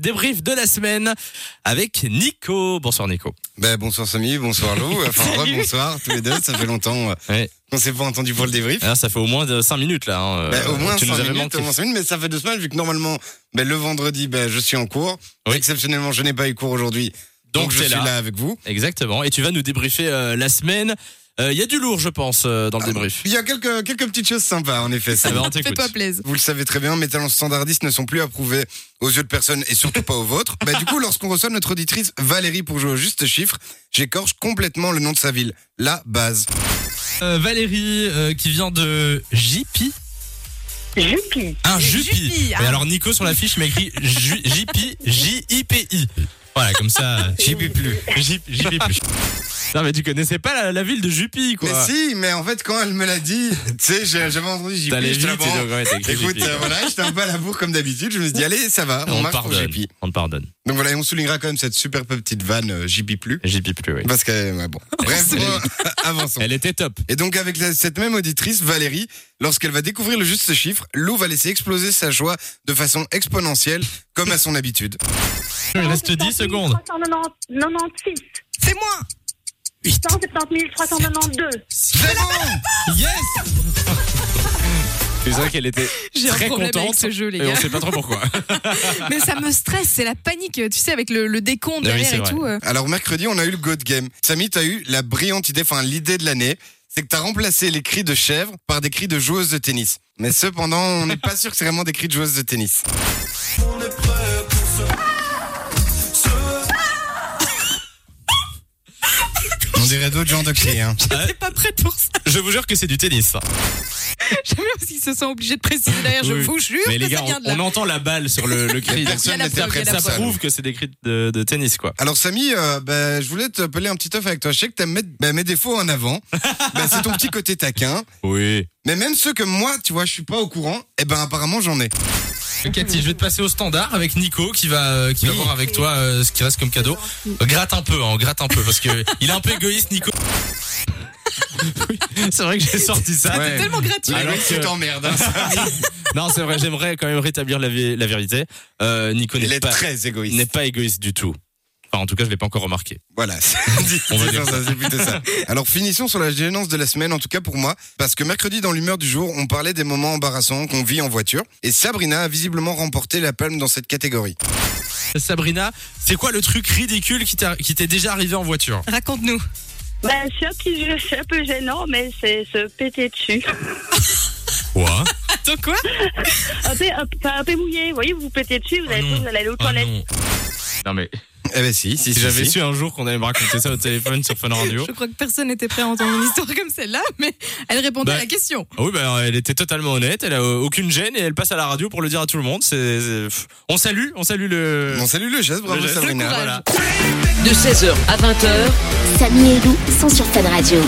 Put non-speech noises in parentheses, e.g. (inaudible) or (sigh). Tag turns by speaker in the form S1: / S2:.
S1: Débrief de la semaine avec Nico. Bonsoir Nico.
S2: Ben, bonsoir Samy, bonsoir
S1: (laughs)
S2: Lou, enfin ouais, bonsoir tous les deux, ça fait longtemps euh,
S1: Ouais.
S2: qu'on s'est pas entendu pour le débrief.
S1: Alors, ça fait au moins 5 minutes là. hein.
S2: Ben, au
S1: Euh,
S2: moins
S1: tu nous
S2: 5
S1: avais
S2: minutes,
S1: manqué.
S2: au moins cinq minutes, mais ça fait deux semaines vu que normalement ben, le vendredi ben, je suis en cours.
S1: Oui.
S2: Exceptionnellement je n'ai pas eu cours aujourd'hui, donc,
S1: Donc
S2: je
S1: t'es
S2: suis
S1: là.
S2: là. avec vous.
S1: Exactement. Et tu vas nous débriefer euh, la semaine. Euh, Il y a du lourd je pense euh,
S2: Ah,
S1: dans le débrief.
S2: Il y a quelques, quelques petites choses sympas en effet.
S1: Ah
S2: Samy.
S1: ben, on t'écoute.
S3: Fais-toi plaisir.
S2: Vous le savez très bien, mes talents standardistes ne sont plus approuvés aux yeux de personne et surtout pas aux vôtres. Bah, du coup, lorsqu'on reçoit notre auditrice Valérie pour jouer au juste chiffre, j'écorche complètement le nom de sa ville, la base.
S1: Euh, Valérie euh, qui vient de JP.
S4: Jupi.
S1: Un
S3: Jupy,
S1: Jupi.
S2: hein.
S3: ah.
S1: Et alors Nico sur la fiche m'a écrit Ju- JP J-I-P-I. Voilà comme ça. J'y peux plus. J'y j'y peux plus. Non mais tu connaissais pas la, la ville de Jupi quoi.
S2: Mais si, mais en fait, quand elle me
S1: (laughs)
S2: l'a dit, tu sais, j'ai- j'avais entendu JP.
S1: T'allais
S2: j'étais
S1: vite
S2: là,
S1: et
S2: bon,
S1: donc, ouais, t'as écrit
S2: Écoute,
S1: JP,
S2: euh,
S1: quoi.
S2: voilà, j'étais un peu à la bourre comme d'habitude. Je me suis dit, allez, ça va, on,
S1: on te
S2: marche
S1: pardonne.
S2: pour JP.
S1: On te pardonne.
S2: Donc voilà, et on soulignera quand même cette super petite vanne euh, JP plus.
S1: JP plus oui.
S2: Parce que,
S1: (laughs)
S2: ouais, bon. Bref,
S1: Elle est-
S2: euh, (laughs) avançons.
S1: Elle était top.
S2: Et donc, avec la- cette même auditrice, Valérie, lorsqu'elle va découvrir le juste chiffre, Lou va laisser exploser sa joie de façon exponentielle, comme à son habitude.
S1: Il reste 10 secondes.
S4: 396.
S3: C'est moi
S4: 170 392.
S2: C'est bon
S1: Yes C'est vrai qu'elle était
S3: J'ai un
S1: très
S3: problème
S1: contente.
S3: avec ce jeu, les
S1: et on
S3: gars.
S1: sait pas trop
S3: (laughs)
S1: pourquoi.
S3: Mais ça me stresse, c'est la panique, tu sais, avec le, le décompte
S1: Ah oui,
S3: derrière
S1: c'est
S3: et
S1: vrai.
S3: tout. euh.
S2: Alors, mercredi, on a eu le God Game. Samy, t'as eu la brillante idée, enfin, l'idée de l'année. C'est que t'as remplacé les cris de chèvre par des cris de joueuses de tennis. Mais cependant, on n'est pas sûr que c'est vraiment des cris de joueuses de tennis. On dirait d'autres genres de cris, hein.
S3: T'es pas prête pour ça. (laughs)
S1: Je vous jure que c'est du tennis. ça.
S3: Jamais parce qu'ils se sont obligés de préciser derrière, je
S1: Oui.
S3: vous jure.
S1: Mais les
S3: que ça
S1: gars,
S3: vient de
S1: on,
S3: là.
S1: on entend la balle sur le, le cri. donc
S3: Il y a
S2: Personne
S3: la
S2: n'était
S3: preuve,
S2: prêt
S3: il y a
S1: ça
S2: pour
S3: la
S2: ça.
S3: preuve.
S1: prouve que c'est des cris de, de tennis, quoi.
S2: Alors Samy, euh, bah, je voulais te peler un petit œuf avec toi. Je sais que t'aimes mettre bah, mes défauts en avant. Bah, c'est ton petit côté taquin.
S1: Oui.
S2: Mais même ceux que moi, tu vois, je suis pas au courant, eh ben apparemment j'en ai.
S1: Cathy, je vais te passer au standard avec Nico qui va, euh, qui va voir avec toi euh, ce qui reste comme cadeau. Euh, gratte un peu, hein, gratte un peu parce que il est un peu égoïste, Nico. (laughs) Oui, c'est vrai que j'ai sorti ça.
S2: Ouais.
S3: Tellement gratuit.
S1: Alors
S2: Oui,
S1: que-
S2: tu t'emmerdes.
S1: (laughs)
S2: hein, ça.
S1: Non, c'est vrai, j'aimerais quand même rétablir la, vé- la vérité. Euh, Nico
S2: Il
S1: n'est
S2: est
S1: pas,
S2: très égoïste.
S1: n'est pas égoïste du tout. Enfin, en tout cas, je l'ai pas encore remarqué.
S2: Voilà. (laughs) C'est
S1: On va
S2: c'est
S1: dire
S2: ça, c'est plutôt ça. Alors finissons sur la gênance de la semaine, en tout cas pour moi, parce que mercredi dans l'humeur du jour, on parlait des moments embarrassants qu'on vit en voiture, et Sabrina a visiblement remporté la palme dans cette catégorie.
S1: Sabrina, c'est quoi le truc ridicule qui t'a- qui t'est déjà arrivé en voiture
S3: Raconte-nous.
S4: Ben, c'est un petit jeu, c'est un peu gênant, mais c'est se péter
S1: (laughs)
S4: dessus.
S1: Quoi
S3: Attends, quoi
S4: Un peu, un, peu- un peu mouillé, vous voyez, vous vous pétez dessus, vous avez
S1: Ah non.
S4: peur d'aller aux toilettes.
S1: non. Non mais
S2: Eh ben si, si,
S1: si
S2: si,
S1: j'avais
S2: si.
S1: su un jour qu'on allait me raconter ça au téléphone sur Fun (laughs) Radio.
S3: Je crois que personne n'était prêt à entendre une histoire comme celle-là, mais elle répondait
S1: Bah.
S3: à la question.
S1: Ah oui, bah, elle était totalement honnête, elle a euh, aucune gêne et elle passe à la radio pour le dire à tout le monde. C'est, c'est- pff. On salue, on salue le.
S2: Bon, salut le geste, bravo
S1: le geste.
S2: Sabrina.
S3: courage.
S1: Voilà.
S5: de 16h à 20h.
S6: Samy et Lou sont sur Fan Radio.